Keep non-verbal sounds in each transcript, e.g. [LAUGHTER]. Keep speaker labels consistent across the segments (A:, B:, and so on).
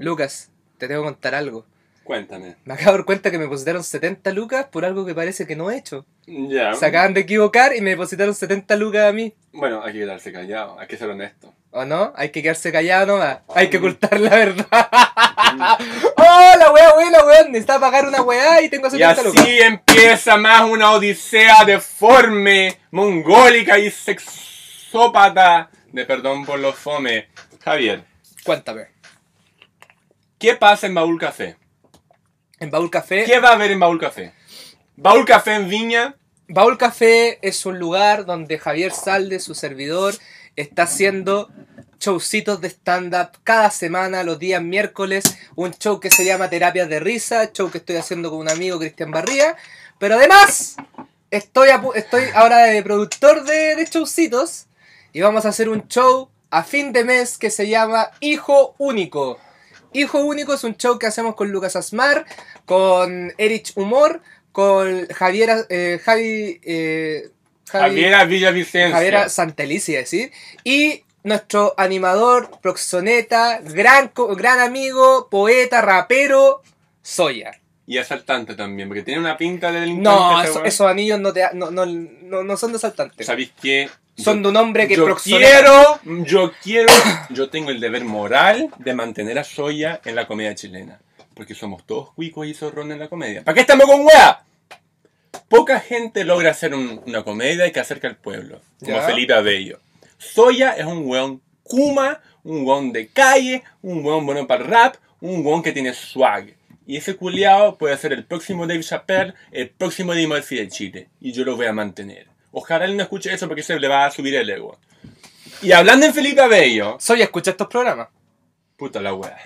A: Lucas, te tengo que contar algo.
B: Cuéntame.
A: Me acabo de dar cuenta que me depositaron 70 lucas por algo que parece que no he hecho.
B: Ya.
A: Se acaban de equivocar y me depositaron 70 lucas a mí.
B: Bueno, hay que quedarse callado, hay que ser honesto.
A: ¿O no? Hay que quedarse callado nomás. Hay
B: Oh.
A: que ocultar la verdad. [LAUGHS] ¡Oh, la wea buena, weón! Necesitaba pagar una weá y tengo
B: Mm. Y
A: 70 lucas.
B: así empieza más una odisea deforme, mongólica y sexópata. De perdón por los fome. Javier,
A: Cuéntame.
B: ¿qué pasa en Baúl Café?
A: En Baúl Café.
B: ¿Qué va a haber en Baúl Café? Baúl Café en Viña.
A: Baúl Café es un lugar donde Javier Salde, su servidor, está haciendo showcitos de stand-up cada semana, los días miércoles. Un show que se llama Terapias de Risa, show que estoy haciendo con un amigo, Cristian Barría. Pero además, estoy, a pu- estoy ahora de productor de, de showcitos y vamos a hacer un show a fin de mes que se llama Hijo Único. Hijo Único es un show que hacemos con Lucas Asmar, con Erich Humor, con Javiera, eh, Javi, eh, Javi-
B: Javiera Villavicencio.
A: Javiera Santelicia, decir. Y nuestro animador, proxoneta, gran, co- gran amigo, poeta, rapero, Soya.
B: Y asaltante también, porque tiene una pinta de delincuente.
A: No,
B: ese
A: eso-
B: weón.
A: esos anillos no, te, ha- no, no, no, no son de asaltante.
B: ¿Sabéis qué?
A: Son
B: Yo-
A: de un hombre que
B: yo
A: proxoneta.
B: quiero, yo quiero, yo tengo el deber moral de mantener a Soya en la comedia chilena. Porque somos todos cuicos y zorrones en la comedia. ¿Para qué estamos con weá? Poca gente logra hacer un- una comedia que acerca al pueblo. Como
A: Ya.
B: Felipe Abello. Soya es un weón kuma, un weón de calle, un weón bueno para el rap, un weón que tiene swag. Y ese culiao puede ser el próximo Dave Chappelle, el próximo Eddie Murphy de Chile. Y yo lo voy a mantener. Ojalá él no escuche eso porque se le va a subir el ego. Y hablando en Felipe Abello,
A: Soya escucha estos programas.
B: puta la weá.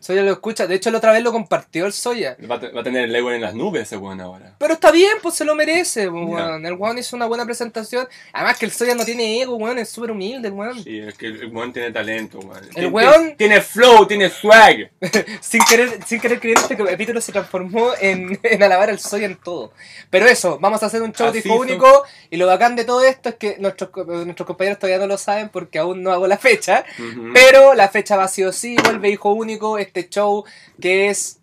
A: Soya lo escucha. De hecho, la otra vez lo compartió el Soya.
B: Va, a te- va a tener el ego en las nubes ese weón ahora.
A: Pero está bien, pues se lo merece, weón. El weón hizo una buena presentación. Además que el Soya no tiene ego, weón. Es súper humilde, el weón.
B: Sí, es que el weón tiene talento, weón. Tiene-
A: weón-
B: Tiene flow, tiene swag.
A: Sin querer, sin querer creer, este capítulo se transformó en, [LAUGHS] en alabar al Soya en todo. Pero eso, vamos a hacer un show
B: Así
A: disco
B: son.
A: único. Y lo bacán de todo esto es que nuestros, co- nuestros compañeros todavía no lo saben porque aún no hago la fecha.
B: Ujú.
A: Pero la fecha va sí o sí, vuelve Hijo Único, este show que es...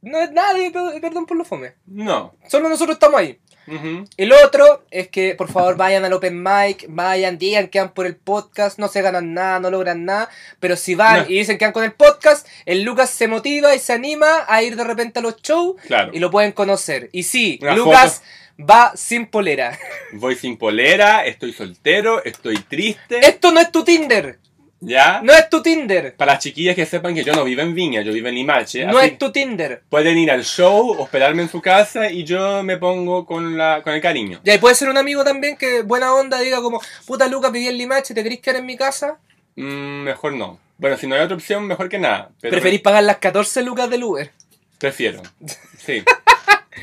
A: No es nadie, pe- perdón por lo fome.
B: No.
A: Solo nosotros estamos ahí.
B: Ujú.
A: El otro es que por favor vayan al open mic, vayan, digan que van por el podcast, no se ganan nada, no logran nada, pero si van
B: No.
A: y dicen que van con el podcast, el Lucas se motiva y se anima a ir de repente a los shows
B: Claro.
A: y lo pueden conocer. Y sí,
B: Una
A: Lucas va sin
B: [LAUGHS]
A: polera.
B: Voy sin polera, estoy soltero, estoy triste.
A: Esto no es tu Tinder,
B: ¿Ya?
A: no es tu Tinder,
B: Para las chiquillas que sepan que yo no vivo en Viña, yo vivo en Limache.
A: no
B: así
A: es tu Tinder.
B: Pueden ir al show, hospedarme en su casa y yo me pongo con, la, con el cariño.
A: Y ahí puede ser un amigo también que buena onda diga como, puta Lucas, viví en Limache, ¿te querés quedar en mi casa?
B: Mm, mejor no. Bueno, si no hay otra opción, mejor que nada. Pero
A: ¿Preferís pagar las 14 lucas del Uber?
B: Prefiero.
A: [LAUGHS]
B: Sí.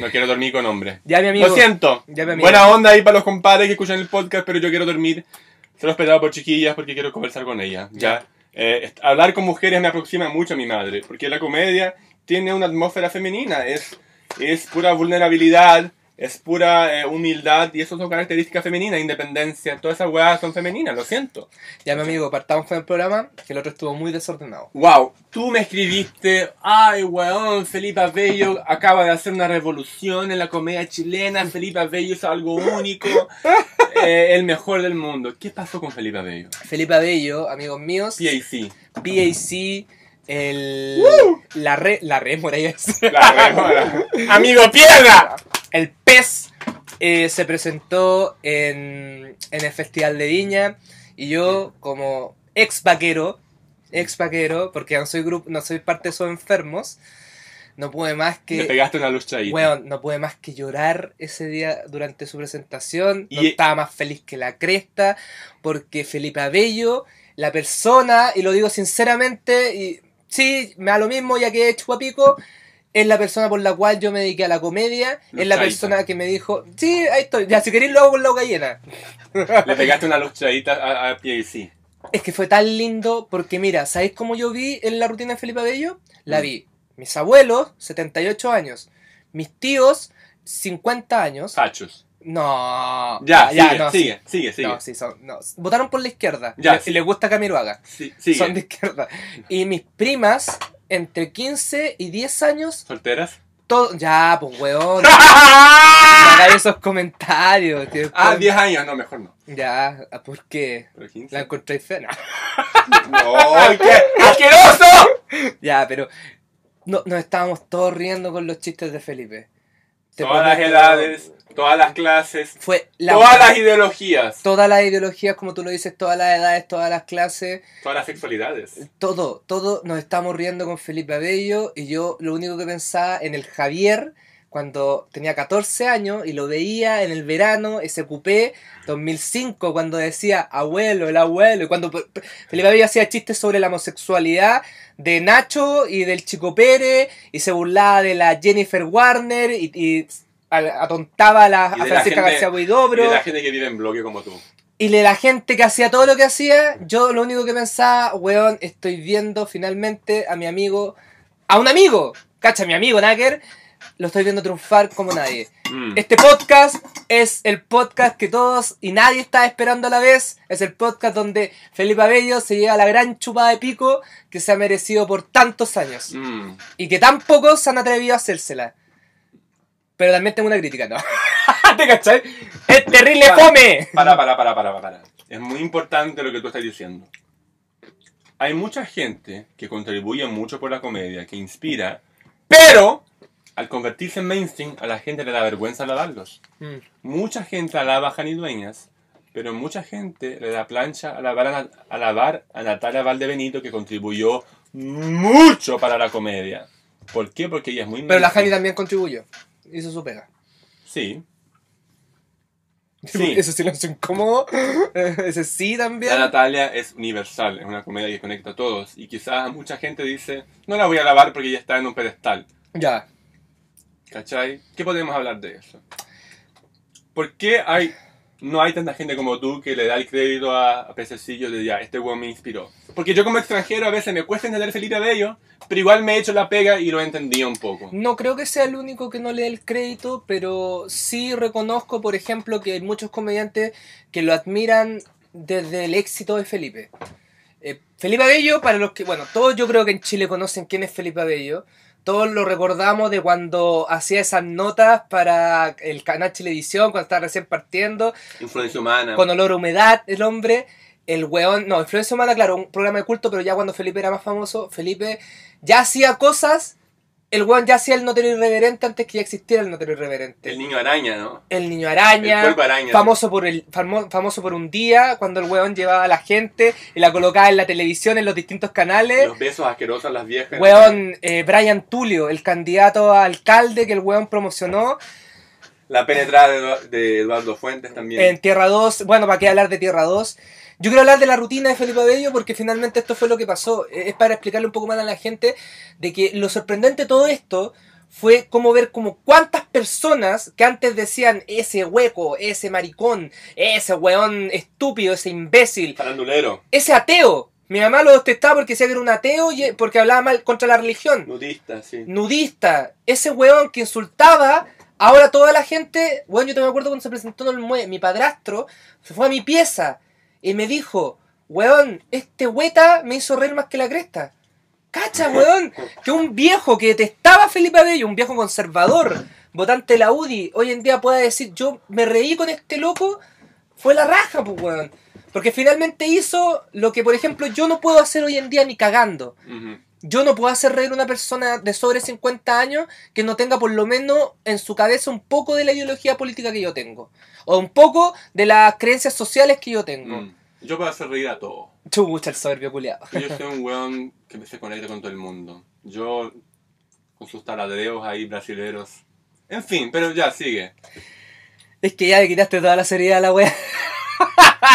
B: No quiero dormir con hombres.
A: Ya mi amigo.
B: Lo siento.
A: Ya, mi amigo.
B: Buena onda ahí para los compadres que escuchan el podcast, pero yo quiero dormir. Solo hospedado por chiquillas porque quiero conversar con ellas. Ya. Eh, est- hablar con mujeres me aproxima mucho a mi madre, porque la comedia tiene una atmósfera femenina. Es, es pura vulnerabilidad, es pura eh, humildad, y eso son características femeninas, independencia. Todas esas weas son femeninas, lo siento.
A: Ya mi amigo, partamos con el programa, que el otro estuvo muy desordenado.
B: Wow, tú me escribiste, ay weón, Felipe Abello acaba de hacer una revolución en la comedia chilena, Felipe Abello es algo
A: [LAUGHS]
B: único, eh, el mejor del mundo. ¿Qué pasó con Felipe Abello?
A: Felipe Abello, amigos míos,
B: PAC.
A: PAC, el, la, re, la rémora, iba a decir.
B: eh, Amigo, pierda.
A: [LAUGHS] el pez, eh, se presentó en, en el Festival de Viña y yo como ex vaquero, ex vaquero, porque no soy, grupo, no soy parte de esos enfermos, no pude más
B: Te
A: que...
B: pegaste una lucha ahí.
A: Weón, no pude más que llorar ese día durante su presentación. No
B: Y-
A: estaba más feliz que la cresta. Porque Felipe Abello, la persona, y lo digo sinceramente, y sí, me da lo mismo ya que he hecho a pico, es la persona por la cual yo me dediqué a la comedia. es la
B: Luchaita.
A: persona que me dijo, sí, ahí estoy. Ya, si queréis lo hago con la boca llena.
B: Le pegaste una luchadita a, a PAC.
A: Es que fue tan lindo porque mira, ¿sabéis cómo yo vi en la rutina de Felipe Abello? La
B: Mm.
A: vi. Mis abuelos, 78 años. Mis tíos, 50 años.
B: Sachos.
A: No.
B: Ah. Ya,
A: Ah, ya,
B: sigue,
A: no, sí.
B: sigue, sigue, sigue,
A: No, sí, son, no. Votaron por la izquierda.
B: Ya,
A: le,
B: sí.
A: Les gusta Camiroaga.
B: Sí, sigue.
A: Son de izquierda. Y mis primas, entre 15 y 10 años, [LAUGHS]
B: ¿Solteras?
A: todo. Ya, pues weón.
B: [LAUGHS]
A: no hagáis esos comentarios. que
B: Ah,
A: después-
B: 10 años, no, mejor no.
A: Ya, ¿a ¿por qué?
B: Pero 15.
A: La encontré fea. No. [LAUGHS]
B: ¡No! ¡Qué asqueroso!
A: Ya, pero no, nos estábamos todos riendo con los chistes de Felipe. Te
B: Todas las
A: prometo-
B: edades, todas las clases,
A: Fue la-
B: todas las ideologías,
A: todas las ideologías, como tú lo dices, todas las edades, todas las clases,
B: todas las sexualidades.
A: todo, todo nos estábamos riendo con Felipe Abello y yo lo único que pensaba en el Javier cuando tenía 14 años y lo veía en el verano, ese cupé 2005, cuando decía abuelo, el abuelo, y cuando P- P- Felipe Abello hacía chistes sobre la homosexualidad de Nacho y del Chico Pérez y se burlaba de la Jennifer Warner y... y a- atontaba a, la,
B: Y de
A: a
B: la
A: Francisca
B: gente-
A: García Huidobro.
B: Y de la gente que vive en bloque como tú.
A: Y de la gente que hacía todo lo que hacía, yo lo único que pensaba, weón, estoy viendo finalmente a mi amigo, a un amigo, cacha, mi amigo Nacker, lo estoy viendo triunfar como nadie.
B: Mm.
A: Este podcast es el podcast que todos y nadie está esperando a la vez, es el podcast donde Felipe Abello se lleva la gran chupada de pico que se ha merecido por tantos años
B: Mm.
A: y que tan pocos se han atrevido a hacérsela. Pero también tengo una crítica, ¿no? [LAUGHS] ¿Te cachai? ¡Es terrible fome!
B: Para, para, para, para, para. Es muy importante lo que tú estás diciendo. Hay mucha gente que contribuye mucho por la comedia, que inspira, pero al convertirse en mainstream, a la gente le da vergüenza alabarlos.
A: Mm.
B: Mucha gente alaba a Jani Dueñas, pero mucha gente le da plancha a alabar a, Na- alabar a Natalia Valdebenito, que contribuyó mucho para la comedia. ¿Por qué? Porque ella es muy
A: Pero la Jani
B: mainstream.
A: también contribuyó. Hizo su pega.
B: Sí.
A: [LAUGHS]
B: Sí.
A: Ese silencio incómodo. [LAUGHS] Ese sí también.
B: La Natalia es universal, es una comedia que conecta a todos. Y quizás mucha gente dice, no la voy a lavar porque ya está en un pedestal.
A: Ya.
B: ¿Cachai? ¿Qué podemos hablar de eso? ¿Por qué hay, no hay tanta gente como tú que le da el crédito a, a Pececillo de ya, este weón me inspiró? Porque yo como extranjero a veces me cuesta entender Felipe Bello, pero igual me he hecho la pega y lo entendí un poco.
A: No creo que sea el único que no le dé el crédito, pero sí reconozco, por ejemplo, que hay muchos comediantes que lo admiran desde el éxito de Felipe. Eh, Felipe Abello, para los que, bueno, todos yo creo que en Chile conocen quién es Felipe Abello. Todos lo recordamos de cuando hacía esas notas para el canal Televisión, cuando estaba recién partiendo,
B: Influencia humana.
A: con olor a humedad, el hombre, el weón, no, influencia humana, claro, un programa de culto, pero ya cuando Felipe era más famoso, Felipe ya hacía cosas, el weón ya hacía el notero irreverente antes que ya existiera el notero irreverente.
B: El
A: El,
B: niño araña, ¿no?
A: niño araña,
B: El cuerpo araña.
A: famoso por el famo- famoso por un día, cuando el weón llevaba a la gente y la colocaba en la televisión, en los distintos canales.
B: Los besos asquerosos a las viejas.
A: Eh. Weón, eh, Brian Tulio, el candidato a alcalde que el weón promocionó
B: La penetrada de, Edu- de Eduardo Fuentes también.
A: en Tierra 2. Bueno, ¿para qué hablar de Tierra 2? Yo quiero hablar de la rutina de Felipe Abello porque finalmente esto fue lo que pasó. Eh, Es para explicarle un poco más a la gente de que lo sorprendente de todo esto fue como ver como cuántas personas que antes decían ese hueco, ese maricón, ese weón estúpido, ese imbécil,
B: Farandulero.
A: ese ateo. Mi mamá lo detestaba porque decía que era un ateo y eh, porque hablaba mal contra la religión
B: Nudista, sí.
A: nudista, ese weón que insultaba, ahora toda la gente, weón, yo te me acuerdo cuando se presentó en el mue, mi padrastro se fue a mi pieza y me dijo, weón, este hueta me hizo reír más que la cresta. Cacha, weón, que un viejo que detestaba a Felipe Abello, un viejo conservador, votante de la UDI, hoy en día pueda decir, yo me reí con este loco, fue la raja, pues, weón. Porque finalmente hizo lo que, por ejemplo, yo no puedo hacer hoy en día ni cagando.
B: Ujú.
A: Yo no puedo hacer reír a una persona de sobre 50 años que no tenga por lo menos en su cabeza un poco de la ideología política que yo tengo. O un poco de las creencias sociales que yo tengo.
B: Mm. Yo puedo hacer reír a todo.
A: Chucha, el soberbio culiado.
B: Yo soy un weón que me se conecta con todo el mundo. Yo, con sus taladreos ahí brasileros. En fin, pero ya, sigue.
A: Es que ya le quitaste toda la seriedad a la wea. [LAUGHS]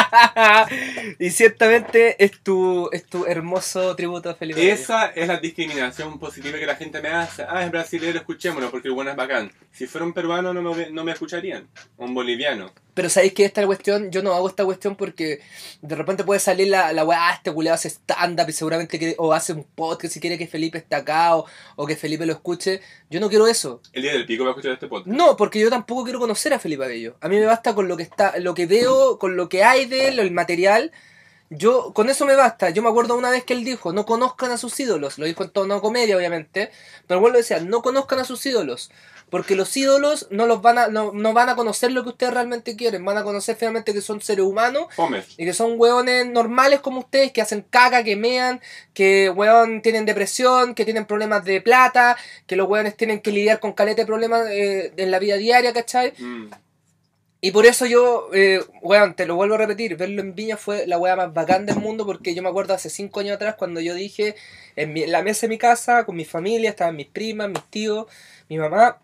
A: y ciertamente es tu, es tu hermoso tributo a Felipe. Abello.
B: Esa es la discriminación positiva que la gente me hace. Ah, es brasilero, escuchémoslo, porque el weón es bacán. Si fuera un peruano no me, ve- no me escucharían. O un boliviano.
A: Pero sabéis que esta cuestión, yo no hago esta cuestión porque de repente puede salir la, la weá, "Ah, este culeado hace stand-up y seguramente quiere, o hace un podcast y quiere que Felipe esté acá o, o que Felipe lo escuche. Yo no quiero eso.
B: El día del pico va a escuchar este podcast.
A: No, porque yo tampoco quiero conocer a Felipe Abello. A mí me basta con lo que está, lo que veo, con lo que hay de él, el material. Yo, con eso me basta. Yo me acuerdo una vez que él dijo, no conozcan a sus ídolos. Lo dijo en tono comedia, obviamente. Pero el weón lo decía, no conozcan a sus ídolos. Porque los ídolos no los van a, no, no van a conocer lo que ustedes realmente quieren. Van a conocer finalmente que son seres humanos
B: Fome.
A: y que son hueones normales como ustedes, que hacen caca, que mean, que hueón tienen depresión, que tienen problemas de plata, que los hueones tienen que lidiar con caleta de problemas eh, en la vida diaria, ¿cachai?
B: Mm.
A: Y por eso yo, eh, weón, te lo vuelvo a repetir, verlo en Viña fue la weá más bacán del mundo porque yo me acuerdo hace cinco años atrás cuando yo dije, en, mi- en la mesa de mi casa, con mi familia, estaban mis primas, mis tíos, mi mamá,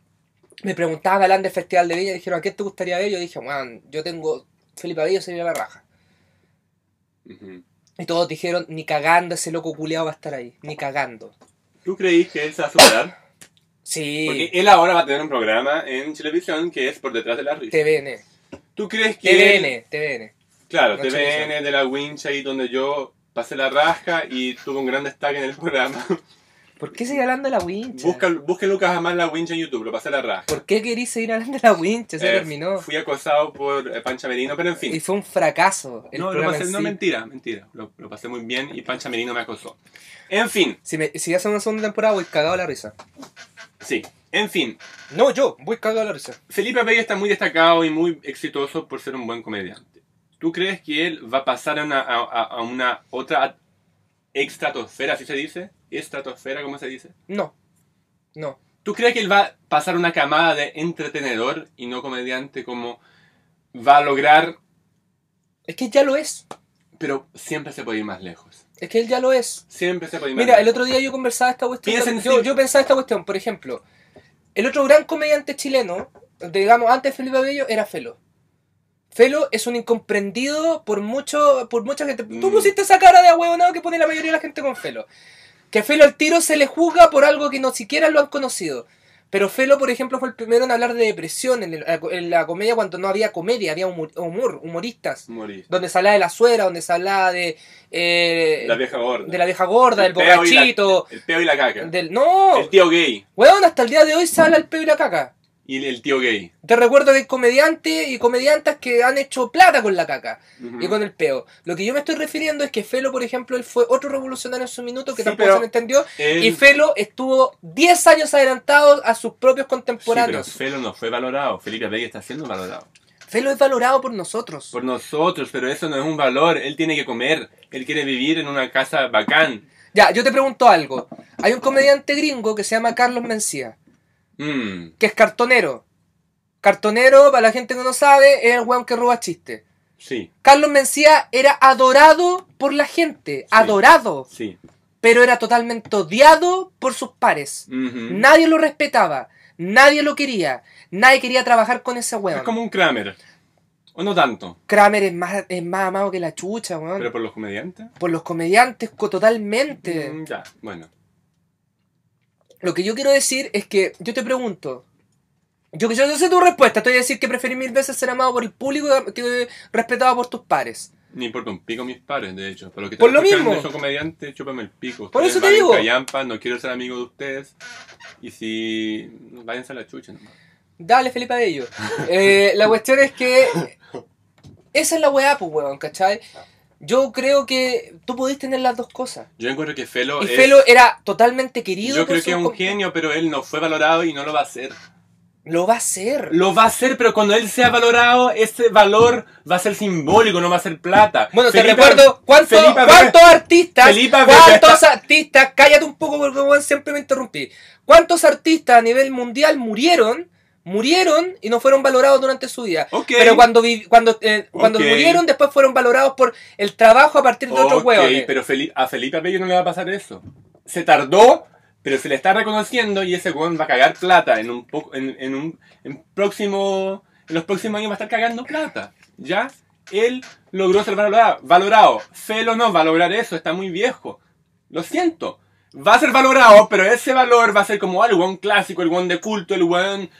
A: me preguntaban galán del Festival de Viña, dijeron, ¿a qué te gustaría ver? Yo dije, weón, yo tengo Felipe Avillo, sería la raja.
B: Ujú.
A: Y todos dijeron, ni cagando ese loco culeado va a estar ahí, ni cagando.
B: ¿Tú creís que él se va a superar? Porque
A: Sí,
B: él ahora va a tener un programa en televisión que es Por detrás de la risa.
A: TVN,
B: ¿Tú crees que él-
A: TVN, TVN.
B: Claro,
A: No,
B: TVN
A: Chilevisión.
B: de la wincha ahí donde yo pasé la rasca y tuve un gran destaque en el
A: [LAUGHS]
B: programa.
A: ¿Por qué seguir hablando de la wincha?
B: Busca, busca Lucas Amar la wincha en YouTube, lo pasé la rasca.
A: ¿Por qué querís seguir hablando de la wincha? Se
B: Eh,
A: terminó.
B: Fui acosado por eh, Pancha Merino, pero en
A: Y
B: fin.
A: fue un fracaso el
B: No, lo
A: programa
B: pasé,
A: en
B: no,
A: sí.
B: mentira, mentira. Lo, lo pasé muy bien y Pancha Merino me acosó. En fin,
A: Si, me, si hacen una segunda temporada voy cagado a la risa.
B: sí. En fin,
A: No, yo, voy cagado a la risa.
B: Felipe Abello está muy destacado y muy exitoso por ser un buen comediante. ¿Tú crees que él va a pasar a una, a, a- a una otra estratosfera, así se dice? ¿Estratosfera, cómo se dice?
A: No, no.
B: ¿Tú crees que él va a pasar una camada de entretenedor y no comediante como va a lograr,
A: Es que ya lo es.
B: pero siempre se puede ir más lejos?
A: Es que él ya lo es.
B: Siempre se puede ir más
A: Mira, el
B: lejos.
A: otro día yo conversaba esta
B: Piensa
A: cuestión.
B: en
A: Yo,
B: Steve-
A: yo pensaba esta cuestión, por ejemplo. El otro gran comediante chileno, digamos, antes de Felipe Bello, era Felo. Felo es un incomprendido por mucho, por mucha gente. Tú
B: Mm.
A: pusiste esa cara de ahueonado que pone la mayoría de la gente con Felo. Que a Felo al tiro se le juzga por algo que no siquiera lo han conocido. Pero Felo, por ejemplo, fue el primero en hablar de depresión en, el- en la comedia cuando no había comedia, había humor, humor, humoristas.
B: Morir.
A: Donde se hablaba de la suera, donde se hablaba de, eh,
B: La vieja gorda.
A: de la vieja gorda, del
B: El peo y la-
A: borrachito,
B: el peo y la caca.
A: del... No,
B: El tío gay.
A: weón, hasta el día de hoy se habla el peo y la caca.
B: Y el, el tío gay.
A: Te recuerdo que hay comediantes y comediantas que han hecho plata con la caca
B: Ujú.
A: y con el peo. Lo que yo me estoy refiriendo es que Felo, por ejemplo, él fue otro revolucionario en su minuto que
B: Sí,
A: tampoco
B: pero
A: se le entendió.
B: Él-
A: Y Felo estuvo 10 años adelantado a sus propios
B: Sí, pero
A: contemporáneos.
B: Felo no fue valorado. Felipe Abello está siendo valorado.
A: Felo es valorado por nosotros.
B: Por nosotros, pero eso no es un valor. Él tiene que comer. Él quiere vivir en una casa bacán.
A: Ya, yo te pregunto algo. Hay un comediante gringo que se llama Carlos Mencía,
B: Mm.
A: que es cartonero. Cartonero, para la gente que no sabe, es el weón que roba chistes.
B: Sí,
A: Carlos Mencía era adorado por la gente, adorado,
B: sí.
A: pero era totalmente odiado por sus pares.
B: Ujú.
A: Nadie lo respetaba, nadie lo quería, nadie quería trabajar con ese weón.
B: Es como un Kramer. O no tanto.
A: Kramer es más, es más amado que la chucha, weón.
B: Pero por los comediantes.
A: Por los comediantes, co- totalmente.
B: Mm, ya, bueno.
A: Lo que yo quiero decir es que yo te pregunto. Yo, yo, yo sé tu respuesta, te voy a decir que preferís mil veces ser amado por el público que respetado por tus pares.
B: Ni importa un pico mis pares, de hecho. Por lo, que
A: Por lo
B: escuchando,
A: mismo.
B: Son comediantes, chúpame el pico.
A: Por
B: Ustedes
A: eso te
B: van en
A: digo.
B: Callampa, no quiero ser amigo de ustedes. Y si. Váyanse a la chucha nomás.
A: Dale, Felipe Abello. Eh, la cuestión es que. Esa es la weá, pues, weón, ¿cachai? Yo creo que tú podés tener las dos cosas.
B: Yo encuentro que Felo
A: Y
B: es.
A: Felo era totalmente querido.
B: yo
A: por
B: creo
A: su
B: que es un
A: com-
B: genio, pero él no fue valorado y no lo va a hacer.
A: Lo va a hacer.
B: Lo va a hacer, pero cuando él sea valorado, ese valor va a ser simbólico, no va a ser plata.
A: Bueno, te
B: Felipe-
A: recuerdo cuánto-
B: Felipe Abe-
A: cuántos artistas,
B: Felipe Abe-
A: cuántos artistas, cállate un poco porque weón, siempre me interrumpí. ¿Cuántos artistas a nivel mundial murieron, murieron y no fueron valorados durante su vida?
B: Ok.
A: Pero cuando vi- cuando eh, cuando
B: Ok.
A: murieron después fueron valorados por el trabajo a partir de otros
B: Ok,
A: huevos.
B: pero Feli- a Felipe Abello no le va a pasar eso. Se tardó, pero se le está reconociendo y ese weón va a cagar plata en un poco, en, en un en próximo, en los próximos años va a estar cagando plata. ¿Ya? Él logró ser valorado. valorado. Felo no va a lograr eso, está muy viejo. Lo siento. Va a ser valorado, pero ese valor va a ser como ah, el weón clásico, el weón de culto, el weón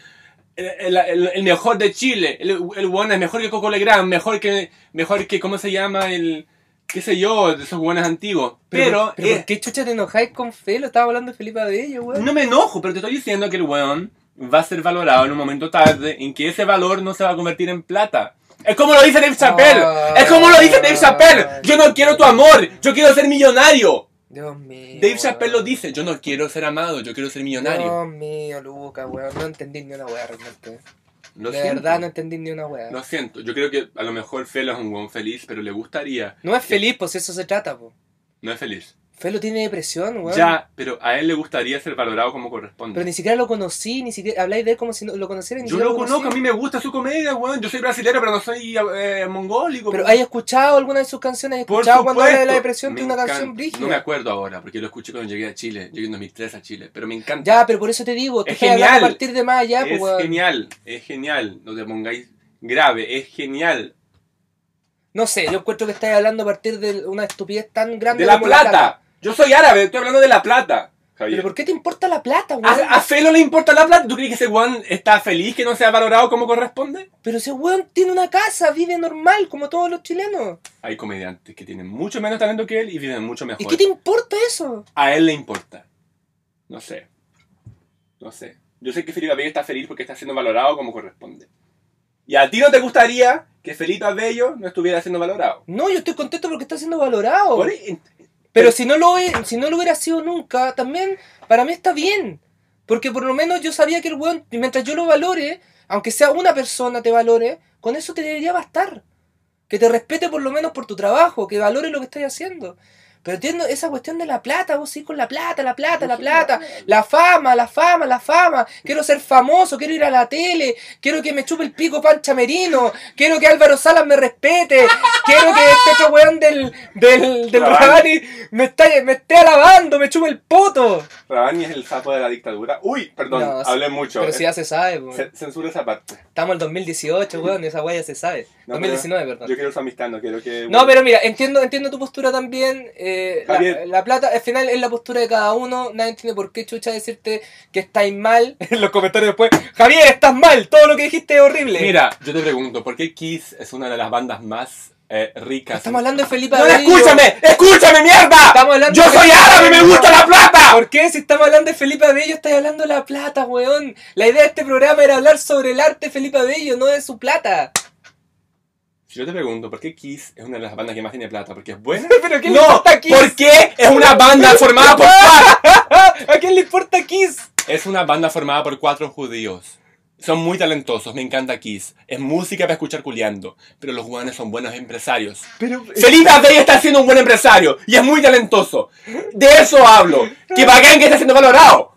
B: el, el- el- el mejor de Chile, el, el weón es mejor que Coco Legrand, mejor que, mejor que, ¿cómo se llama? El, qué sé yo, de esos weones antiguos. Pero,
A: pero ¿por
B: eh,
A: qué chucha te enojáis con Felo? Estaba hablando de Felipe Abello, weón.
B: no me enojo, pero te estoy diciendo que el weón va a ser valorado en un momento tarde en que ese valor no se va a convertir en plata.
C: Es como lo dice Dave Chappelle.
A: Ay.
C: Es como lo dice Dave Chappelle. Yo no quiero tu amor. Yo quiero ser millonario.
A: Dios mío.
C: Dave Chappelle lo
A: weón.
C: dice. Yo no quiero ser amado. Yo quiero ser millonario.
A: Dios mío, Luca, weón. No entendí ni una weá realmente.
B: Lo
A: de
B: siento.
A: verdad no entendí ni una weá.
B: Lo siento. Yo creo que a lo mejor Felo es un buen feliz, pero le gustaría.
A: No es feliz, pues eso se trata, po.
B: No es feliz.
A: Felo tiene depresión, weón.
B: Ya, pero a él le gustaría ser valorado como corresponde.
A: Pero ni siquiera lo conocí, ni siquiera. Habláis de él como si no lo conociera. Ni
B: Yo
A: siquiera
B: lo conozco, a
A: conocí.
B: mí me gusta su comedia, weón. Yo soy brasileño, pero no soy eh, mongólico.
A: Pero
B: weón.
A: ¿hay escuchado alguna de sus canciones? ¿Has
B: Por
A: escuchado cuando habla de la
B: supuesto.
A: depresión?
B: Me
A: Tiene una canción
B: encanta.
A: brígida.
B: No me acuerdo ahora, porque lo escuché cuando llegué a Chile. Llegué en 2003 a Chile, pero me encanta.
A: Ya, pero por eso te digo, tú
B: Es
A: estás hablando a
B: genial.
A: partir de más allá,
B: es
A: pues, weón.
B: genial, es genial. No te pongáis grave, es genial.
A: No sé, yo encuentro que estás hablando a partir de una estupidez tan grande.
C: De la
A: como
C: plata. Yo soy árabe. Estoy hablando de la plata.
A: ¿Pero
B: Javier.
A: por qué te importa la plata,
B: Ah,
A: weón?
C: ¿A, a Felo le importa la plata? ¿Tú crees que ese Juan está feliz que no sea valorado como corresponde?
A: Pero ese weón tiene una casa, vive normal, como todos los chilenos.
B: Hay comediantes que tienen mucho menos talento que él y viven mucho mejor.
A: ¿Y qué te importa eso?
B: A él le importa. No sé. No sé. Yo sé que Felipe Abello está feliz porque está siendo valorado como corresponde. Y a ti no te gustaría que Felipe Abello no estuviera siendo valorado.
A: No, yo estoy contento porque está siendo valorado.
B: Por- en-
A: Pero si no, lo, he- si no lo hubiera sido nunca, también para mí está bien. Porque por lo menos yo sabía que el weón, mientras yo lo valore, aunque sea una persona te valore, con eso te debería bastar. Que te respete por lo menos por tu trabajo, que valore lo que estás haciendo. Pero entiendo esa cuestión de la plata, vos sí con la plata, la plata, la plata, la fama, la fama, la fama. Quiero ser famoso, quiero ir a la tele, quiero que me chupe el pico Pancha Merino, quiero que Álvaro Salas me respete, quiero que este otro weón del, del, del
B: Rabani.
A: Rabani me, está, me esté alabando, me chupe el poto.
B: Rabani es el sapo de la dictadura. Uy, perdón,
A: No, sí,
B: hablé mucho.
A: Pero si ya se sabe, po.
B: Ce- Censura esa parte.
A: estamos en el 2018, weón, esa weá ya se sabe.
B: No,
A: 2019,
B: Yo
A: perdón.
B: quiero su amistad, no quiero que...
A: No, pero mira, entiendo, entiendo tu postura también. eh, la,
B: Javier.
A: la plata, al final es la postura de cada uno. Nadie entiende por qué chucha decirte que estáis mal. [LAUGHS] En los comentarios después, Javier, estás mal, todo lo que dijiste es horrible.
B: Mira, yo te pregunto, ¿por qué Kiss es una de las bandas más eh, ricas?
A: estamos hablando de Felipe
C: ¡No,
A: Abello.
C: escúchame! ¡Escúchame, mierda!
A: Estamos hablando
C: ¡Yo
A: de-
C: soy árabe! ¡Me gusta la
B: Ah.
C: plata!
A: ¿Por qué? Si estamos hablando de Felipe Abello, estás hablando de la plata, weón. La idea de este programa era hablar sobre el arte de Felipe Abello, no de su plata.
B: Si yo te pregunto, ¿por qué Kiss es una de las bandas que más tiene plata? ¿Porque es buena?
A: ¿Pero qué le
C: No,
A: importa Kiss?
C: ¿por qué es una banda formada por...
A: [LAUGHS] ¿A quién le importa Kiss?
B: Es una banda formada por cuatro judíos. Son muy talentosos, me encanta Kiss. Es música para escuchar culiando. Pero los guanes son buenos empresarios.
A: Pero,
B: eh,
C: Felipe Abello está siendo un buen empresario y es muy talentoso. De eso hablo. Que bacán que está siendo valorado.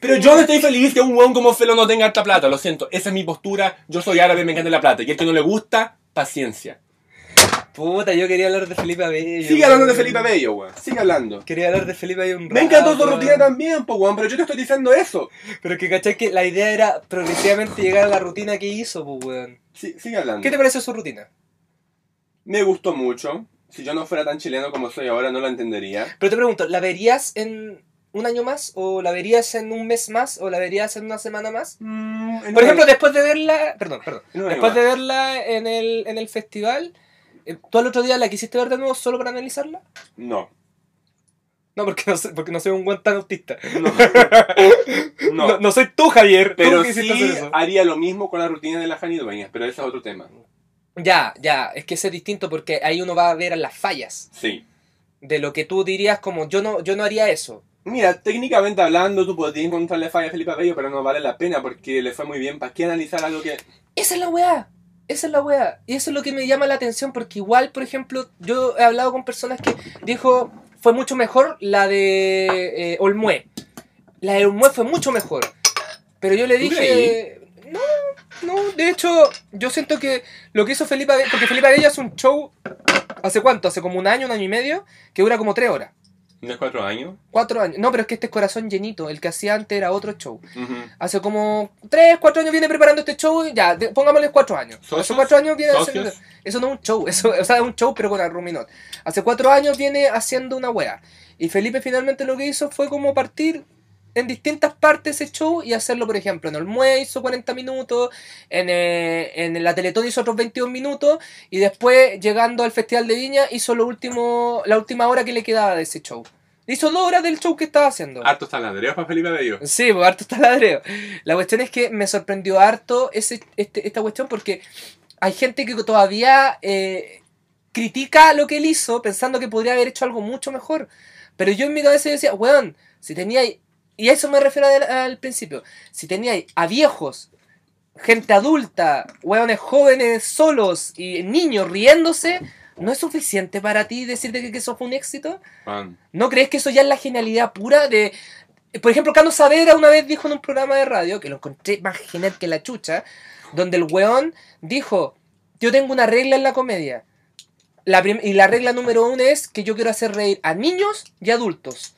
C: Pero yo no estoy feliz que un weón como Felo no tenga harta plata, lo siento. Esa es mi postura. Yo soy árabe, me encanta la plata. Y el que no le gusta, paciencia.
A: Puta, yo quería hablar de Felipe Abello.
B: Sigue hablando de
A: weón.
B: Felipe Bello, weón. Sigue hablando.
A: Quería hablar de Felipe Abello un
B: Me encantó tu
A: rato,
B: rutina
A: weón.
B: también, po, weón. Pero yo te estoy diciendo eso.
A: Pero que caché que la idea era progresivamente llegar a la rutina que hizo, pues, weón.
B: Sí, sigue hablando.
A: ¿Qué te pareció su rutina?
B: Me gustó mucho. Si yo no fuera tan chileno como soy ahora, no la entendería.
A: Pero te pregunto, ¿la verías en un año más? ¿O la verías en un mes más? ¿O la verías en una semana más? Por ejemplo, después de verla. Perdón, perdón.
B: En un año
A: Después
B: más.
A: de verla en el, en el festival, eh, ¿tú al otro día la quisiste ver de nuevo solo para analizarla?
B: No.
A: No, porque no, soy- porque no soy un buen tan autista.
B: No.
A: No.
B: no.
A: No, soy tú, Javier.
B: Pero
A: tú quisiste
B: sí
A: hacer eso.
B: haría lo mismo con la rutina de la Jani Dueñas, pero ese es otro tema.
A: Ya, ya, es que ese es distinto porque ahí uno va a ver las fallas
B: Sí.
A: de lo que tú dirías como yo no, yo no haría eso.
B: Mira, técnicamente hablando, tú podrías encontrarle falla a Felipe Bello, pero no vale la pena porque le fue muy bien. ¿Para qué analizar algo que.?
A: Esa es la weá. Esa es la weá. Y eso es lo que me llama la atención porque igual, por ejemplo, yo he hablado con personas que dijo, fue mucho mejor la de eh, Olmué. La de Olmué fue mucho mejor. Pero yo le
B: ¿Tú
A: dije... No, no, de hecho, yo siento que lo que hizo Felipe Abello, porque Felipe Abello hace un show, ¿hace cuánto? Hace como un año, un año y medio, que dura como tres horas.
B: ¿No es cuatro años?
A: Cuatro años. No, pero es que este es corazón llenito. El que hacía antes era otro show. Hace como tres, cuatro años viene preparando este show. y Ya, de- pongámosle cuatro años. Hace
B: ¿Socios?
A: cuatro años viene
B: ¿Socios?
A: haciendo- Eso no es un show. Eso, o sea, es un show, pero con Arruminot. Hace cuatro años viene haciendo una wea. Y Felipe finalmente lo que hizo fue como partir en distintas partes ese show y hacerlo, por ejemplo, en Olmue hizo 40 minutos, en, eh, en la Teletón hizo otros 22 minutos y después, llegando al Festival de Viña, hizo lo último, la última hora que le quedaba de ese show. Hizo dos horas del show que estaba haciendo.
B: Hartos taladreos para Felipe Bello.
A: Sí, pues harto taladreo. La cuestión es que me sorprendió harto ese, este- esta cuestión porque hay gente que todavía eh, critica lo que él hizo pensando que podría haber hecho algo mucho mejor. Pero yo en mi cabeza yo decía, weón, si tenía... Y a eso me refiero al, al principio. Si tenía a viejos, gente adulta, weones jóvenes solos y niños riéndose, ¿no es suficiente para ti decirte que, que eso fue un éxito?
B: Juan.
A: ¿No crees que eso ya es la genialidad pura de... Por ejemplo, Carlos Saavedra una vez dijo en un programa de radio, que lo encontré más genial que la chucha, donde el weón dijo, yo tengo una regla en la comedia. La prim- y la regla número uno es que yo quiero hacer reír a niños y adultos.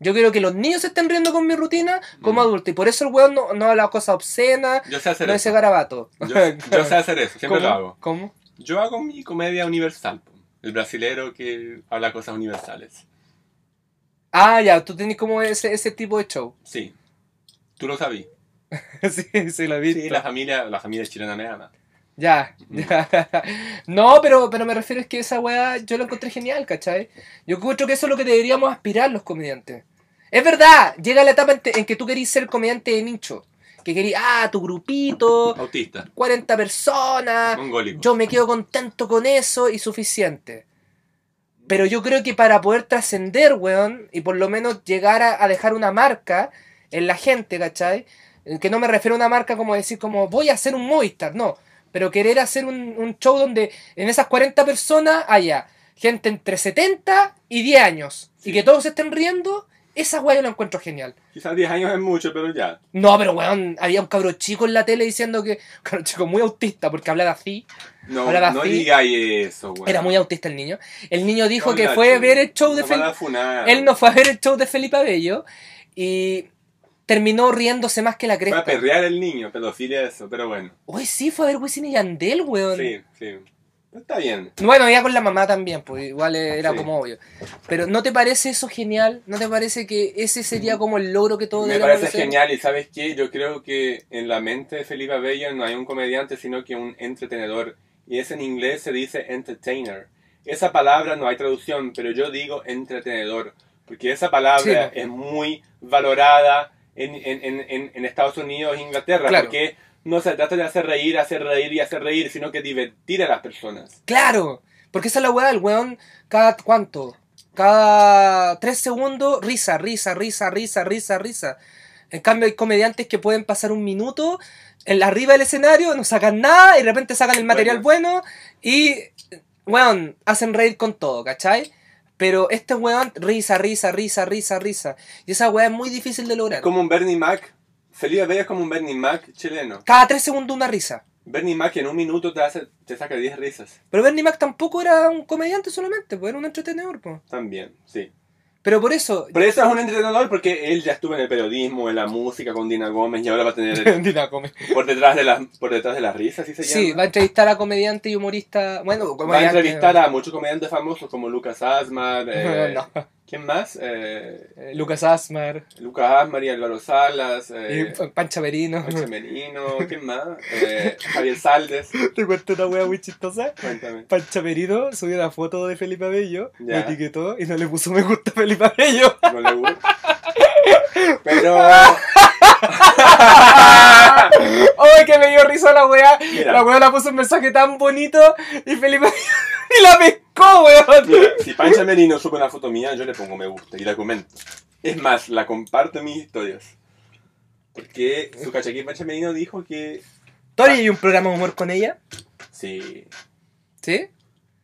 A: Yo quiero que los niños se estén riendo con mi rutina como
B: Mm.
A: adultos. Y por eso el weón no, no habla cosas obscenas,
B: Yo sé hacer
A: no
B: eso.
A: dice garabato.
B: Yo,
A: [LAUGHS]
B: yo sé hacer eso,
A: ¿Cómo?
B: siempre lo hago.
A: ¿Cómo?
B: Yo hago mi comedia universal, po. el brasilero que habla cosas universales.
A: Ah, ya, tú tenés como ese, ese tipo de show. [LAUGHS]
B: Sí. Tú lo sabías.
A: sí, sí, lo he
B: Sí,
A: visto.
B: la familia, la familia chilena me ama.
A: Ya, ya. [LAUGHS] No, pero, pero me refiero es que esa weá yo la encontré genial, ¿cachai? Yo creo que eso es lo que deberíamos aspirar los comediantes. Es verdad, llega la etapa en, te- en que tú querís ser comediante de nicho. Que querís, ah, tu grupito,
B: Autista,
A: 40 personas,
B: mongólico.
A: Ah, yo me quedo contento con eso y suficiente. Pero yo creo que para poder trascender, weón, y por lo menos llegar a, a dejar una marca en la gente, ¿cachai? Eh, Que no me refiero a una marca como decir, como voy a hacer un Movistar, no. Pero querer hacer un, un show donde en esas 40 personas haya gente entre 70 y 10 años. Y
B: Sí.
A: que todos se estén riendo, esa weá yo la encuentro genial.
B: Quizás 10 años es mucho, pero ya.
A: No, pero weón, había un cabro chico en la tele diciendo que... [LAUGHS] Un cabro chico muy autista porque hablaba así.
B: No,
A: Ahora va
B: no
A: así.
B: digáis eso, güey.
A: Era muy autista el niño. El niño dijo que fue a ver el show de Felipe. Él no fue a ver el show de Felipe Abello y terminó riéndose más que la
B: Fue
A: cresta.
B: a perrear el niño, pedofilia eso, pero bueno.
A: Uy, sí, fue a ver Wisin y Yandel, weón.
B: Sí, sí. Está bien.
A: Bueno, ya con la mamá también, pues igual era
B: Sí.
A: como obvio. Pero ¿no te parece eso genial? ¿No te parece que ese sería como el logro que todos
B: Me
A: deberíamos
B: parece
A: hacer?
B: genial y sabes qué, yo creo que en la mente de Felipe Abello no hay un comediante, sino que un entretenedor. Y eso en inglés se dice entertainer. Esa palabra no hay traducción, pero yo digo entretenedor, porque esa palabra
A: Sí.
B: es muy valorada en, en- en- en- en Estados Unidos e Inglaterra,
A: Claro.
B: porque no se trata de hacer reír, hacer reír y hacer reír, sino que divertir a las personas.
A: Claro, porque esa es la weá del weón. Cada cuánto? Cada tres segundos, risa, risa, risa, risa, risa, risa. En cambio, hay comediantes que pueden pasar un minuto en la- arriba del escenario, no sacan nada y de repente sacan el material bueno, y, weón, hacen reír con todo, ¿cachai? Pero este weón, risa, risa, risa, risa, risa. Y esa weá es muy difícil de lograr.
B: Como un Bernie Mac, Felipe Abello es como un Bernie Mac chileno.
A: Cada tres segundos una risa.
B: Bernie Mac en un minuto te, hace, te saca 10 risas.
A: Pero Bernie Mac tampoco era un comediante solamente, pues era un entretenedor. pues.
B: También, sí.
A: Pero por eso,
B: Pero eso es un entrenador porque él ya estuvo en el periodismo, en la música con Dina Gómez y ahora va a tener el-
A: [LAUGHS] Dina Gómez.
B: por detrás de las por detrás de las risas, ¿sí se
A: Sí, va
B: llama?
A: a entrevistar a comediante y humorista. Bueno,
B: va a
A: comediante.
B: entrevistar a muchos comediantes famosos como
A: [LAUGHS]
B: Lucas Asmar, eh,
A: No, no.
B: ¿quién más? Eh,
A: Eh, Lucas Asmar,
B: Lucas Asmar y Álvaro Salas, eh,
A: y pues, Pancha Merino. [LAUGHS]
B: Jorge Merino, ¿quién más? Eh, Javier Saldes,
A: Te cuento una wea muy chistosa.
B: cuéntame.
A: Pancha Merino subió una foto de Felipe Abello,
B: Ya.
A: lo etiquetó y no le puso me gusta a Felipe Abello. [LAUGHS]
B: No le gusta. Pero
A: ¡Ay, que me dio risa la wea!
B: Mira.
A: La wea la puso un mensaje tan bonito y Felipe [LAUGHS] Abello y la pescó, weón.
B: Mira, si Pancha Merino sube una foto mía, yo le pongo me gusta y la comento. Es más, la comparto en mis historias. Porque su cachaquín Pancha Merino dijo que.
A: ¿Tú harías un programa de humor con ella?
B: Sí.
A: Sí.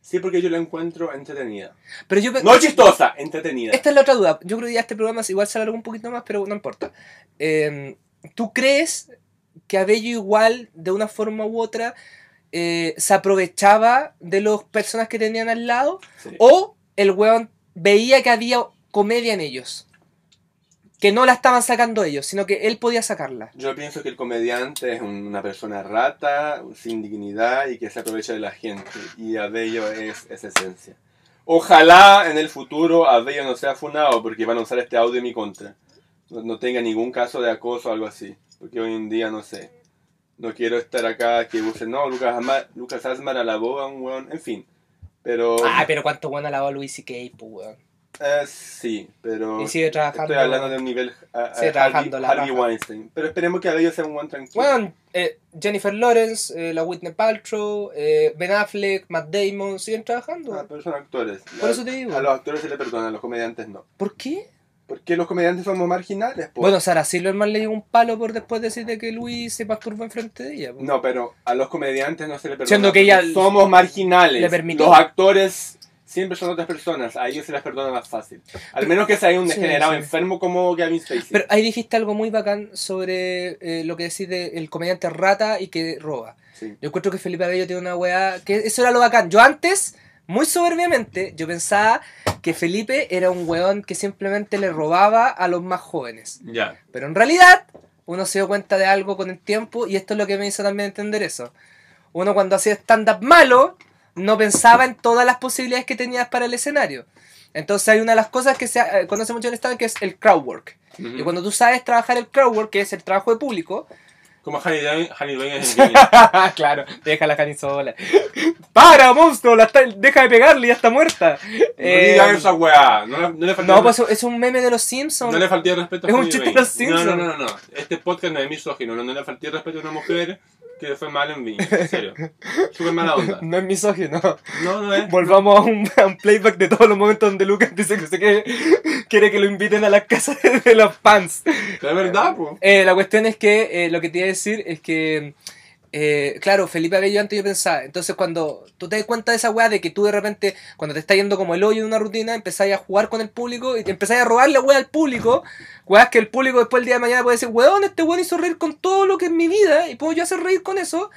B: Sí, porque yo la encuentro entretenida.
A: Pero yo pe-
B: No chistosa, entretenida.
A: Esta es la otra duda. Yo creo que ya este programa igual se alargó un poquito más, pero no importa. Eh, ¿Tú crees que Abello igual, de una forma u otra, eh, se aprovechaba de las personas que tenían al lado?
B: Sí.
A: ¿O el weón veía que había comedia en ellos? Que no la estaban sacando ellos, sino que él podía sacarla.
B: Yo pienso que el comediante es un- una persona rata, sin dignidad y que se aprovecha de la gente. Y Abello es esa esencia. Ojalá en el futuro Abello no sea funado porque van a usar este audio en mi contra. No, no tenga ningún caso de acoso o algo así. Porque hoy en día no sé. No quiero estar acá que usen, no, Lucas, Asmar, Lucas Asmar alabó a un weón, en fin. Pero
A: Ah, pero cuánto weón alabó a Luis y Kay, pues weón.
B: Eh, sí, pero
A: Y sigue trabajando.
B: estoy hablando de un nivel ah, ah,
A: Sigue trabajando
B: Harvey,
A: la
B: Harvey
A: raja.
B: Weinstein. Pero esperemos que Abello sea un one tranquilo.
A: Bueno, eh, Jennifer Lawrence, eh, la Whitney Paltrow, eh, Ben Affleck, Matt Damon, siguen trabajando.
B: Ah, pero son actores.
A: Por eso te digo.
B: A los actores se les perdona, a los comediantes no.
A: ¿Por qué?
B: Porque los comediantes somos marginales. Pues, po.
A: Bueno, Sara Silverman le dio un palo por después decir de que Luis se masturbó enfrente de ella. po.
B: No, pero a los comediantes no se les perdona.
A: Siendo que ella
B: porque somos marginales.
A: le permitió.
B: Los actores siempre son otras personas. A ellos se les perdona más fácil. Al menos que sea un
A: Sí,
B: degenerado
A: sí.
B: enfermo como Gavin Spacey.
A: Pero ahí dijiste algo muy bacán sobre eh, lo que decís del comediante rata y que roba.
B: Sí.
A: Yo encuentro que Felipe Abello tiene una weá. que eso era lo bacán. Yo antes, muy soberbiamente, yo pensaba que Felipe era un weón que simplemente le robaba a los más jóvenes.
B: Ya.
A: Pero en realidad, uno se dio cuenta de algo con el tiempo y esto es lo que me hizo también entender eso. Uno cuando hacía stand-up malo, no pensaba en todas las posibilidades que tenías para el escenario. Entonces hay una de las cosas que se eh, conoce mucho en el stand-up que es el crowd work.
B: Ujú.
A: Y cuando tú sabes trabajar el crowd work, que es el trabajo de público,
B: Como Harry Dwayne Harry Dwayne en Game.
A: [LAUGHS] claro, deja la Jani sola. [LAUGHS] ¡Para, monstruo! La está- deja de pegarle, ya está muerta. Eh,
B: no digan esa weá. No, le- no le falté
A: no, pues es un meme de los Simpsons.
B: No le falté el respeto
A: Es
B: a
A: un
B: Harry
A: chiste
B: Dwayne.
A: de los Simpsons.
B: No, no, no, no. Este podcast no es misógino. No, no le falté el respeto a una mujer que fue mal en mí.
A: [LAUGHS]
B: En serio. Súper mala onda.
A: no es misógino.
B: No, no es.
A: Volvamos a un, a un playback de todos los momentos donde Lucas dice que se quiere, quiere que lo inviten a la casa de los fans.
B: Pero es verdad, po.
A: Eh, la cuestión es que eh, lo que te iba a decir es que, eh, claro, Felipe Abello antes yo pensaba, entonces cuando tú te das cuenta de esa weá de que tú de repente, cuando te está yendo como el hoyo de una rutina, empezáis a jugar con el público y te empezáis a robar la weá al público, weá que el público después el día de mañana puede decir, weón, este weón hizo reír con todo lo que es mi vida y puedo yo hacer reír con eso,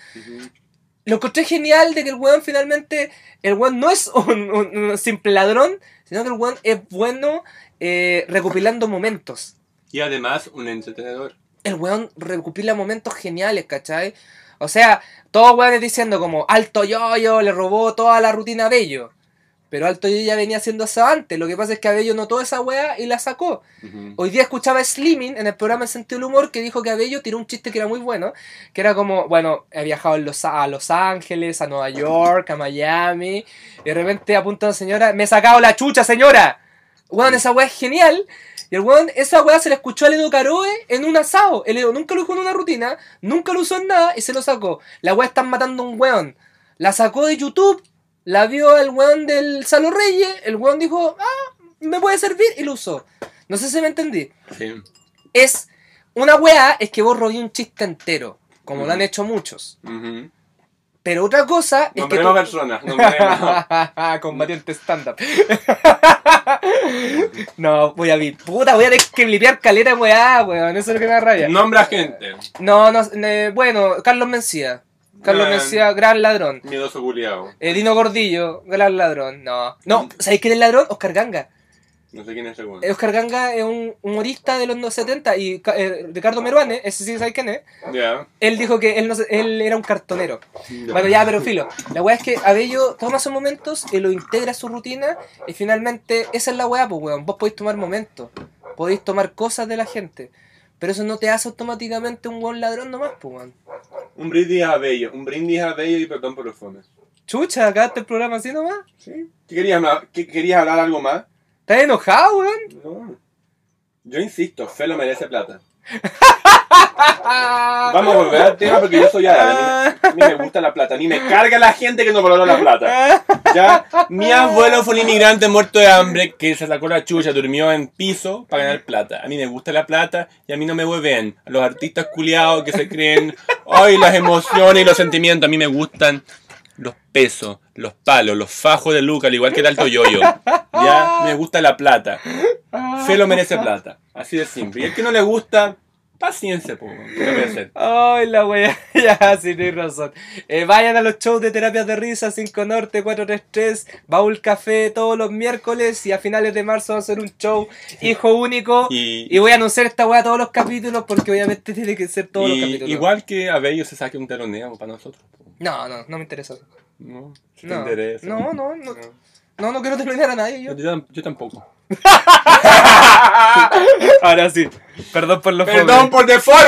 A: lo encontré genial de que el weón finalmente, el weón no es [LAUGHS] un, un- un simple ladrón, sino que el weón es bueno eh, recopilando momentos.
B: Y además, un entretenedor.
A: El weón recopila momentos geniales, ¿cachai? O sea, todos weones diciendo como Alto Yoyo le robó toda la rutina a Bello. Pero Alto Yoyo ya venía haciendo eso antes. Lo que pasa es que Abello notó esa wea y la sacó.
B: Mm.
A: Hoy día escuchaba a Slimming en el programa El Sentido del Humor que dijo que Abello tiró un chiste que era muy bueno, que era como, bueno, he viajado en Los- a Los Ángeles, a Nueva York, a Miami, y de repente apunta a una señora, me he sacado la chucha, señora. Weón, esa weá es genial. Y el weón, esa weá se la escuchó al Edo Caroe en un asado. El Edo nunca lo usó en una rutina, nunca lo usó en nada y se lo sacó. La weá están matando a un weón. La sacó de YouTube, la vio el weón del Salo Reyes, el weón dijo, ah, me puede servir y lo usó. No sé si me entendí
B: Sí.
A: es una weá es que vos robís un chiste entero, como lo han
B: Ujú.
A: hecho muchos.
B: Ujú.
A: Pero otra cosa es que [LAUGHS]
B: Nombremos personas. Nombremos.
A: combatiente stand-up. [LAUGHS] no, voy a vi- puta, voy a tener que blipear caleta de weá, weón. Eso es lo que me da rabia.
B: Nombra gente.
A: No, no, eh, bueno, Carlos Mencía. Carlos
B: Eh.
A: Mencía, gran ladrón.
B: Miedoso culiao.
A: Eh, Dino Gordillo, gran ladrón. No, no, ¿sabéis quién es ladrón? Oscar Ganga.
B: No sé quién es el segundo.
A: Eh, Oscar Ganga es un humorista de los 70 y ca- eh, Ricardo Meruane, ese sí sabéis quién es.
B: Ya.
A: Él dijo que él, no se- él era un cartonero.
B: Ya.
A: Bueno, ya, pero filo. La weá es que Abello toma esos momentos y lo integra a su rutina. Y finalmente, esa es la weá, pues weón. Vos podéis tomar momentos, podéis tomar cosas de la gente. Pero eso no te hace automáticamente un buen ladrón nomás, pues weón.
B: Un brindis a Bello. Un brindis a Bello y perdón por los fones.
A: Chucha, acabaste el programa así nomás.
B: Sí. ¿Qué querías, ma- qué- ¿Querías hablar algo más?
A: ¿Estás enojado, weón?
B: No. Yo insisto, Felo merece plata. Vamos a volver al tema porque yo soy árabe. A mí, a mí me gusta la plata. A mí me carga la gente que no valora la plata. Ya,
C: Mi abuelo fue un inmigrante muerto de hambre que se sacó la chucha, durmió en piso para ganar plata. A mí me gusta la plata y a mí no me hueven. A los artistas culiados que se creen, ay, las emociones y los sentimientos, a mí me gustan los pesos, los palos, los fajos de Luca, al igual que el alto yoyo. Ya, me gusta la plata.
A: Ah.
C: Felo merece plata. Así de simple. Y el que no le gusta, paciencia, po. ¿Qué le voy a hacer?
A: Ay, la wea, [LAUGHS] ya, sí, tienes razón. Eh, vayan a los shows de terapias de risa, 5 Norte, 433, Baúl Café, todos los miércoles y a finales de marzo va a ser un show hijo único. Y,
C: Y,
A: voy a anunciar esta wea todos los capítulos porque obviamente [LAUGHS] tiene que ser todos los
C: y
A: capítulos.
C: igual que Abello se saque un teloneo para nosotros. po.
A: No, no, no me interesa.
C: No, si te
A: No,
C: interesa.
A: no, no, no, no, no quiero terminar a nadie yo.
C: Yo, yo tam- yo tampoco.
A: [LAUGHS] Ahora sí, perdón por los
C: por deforme.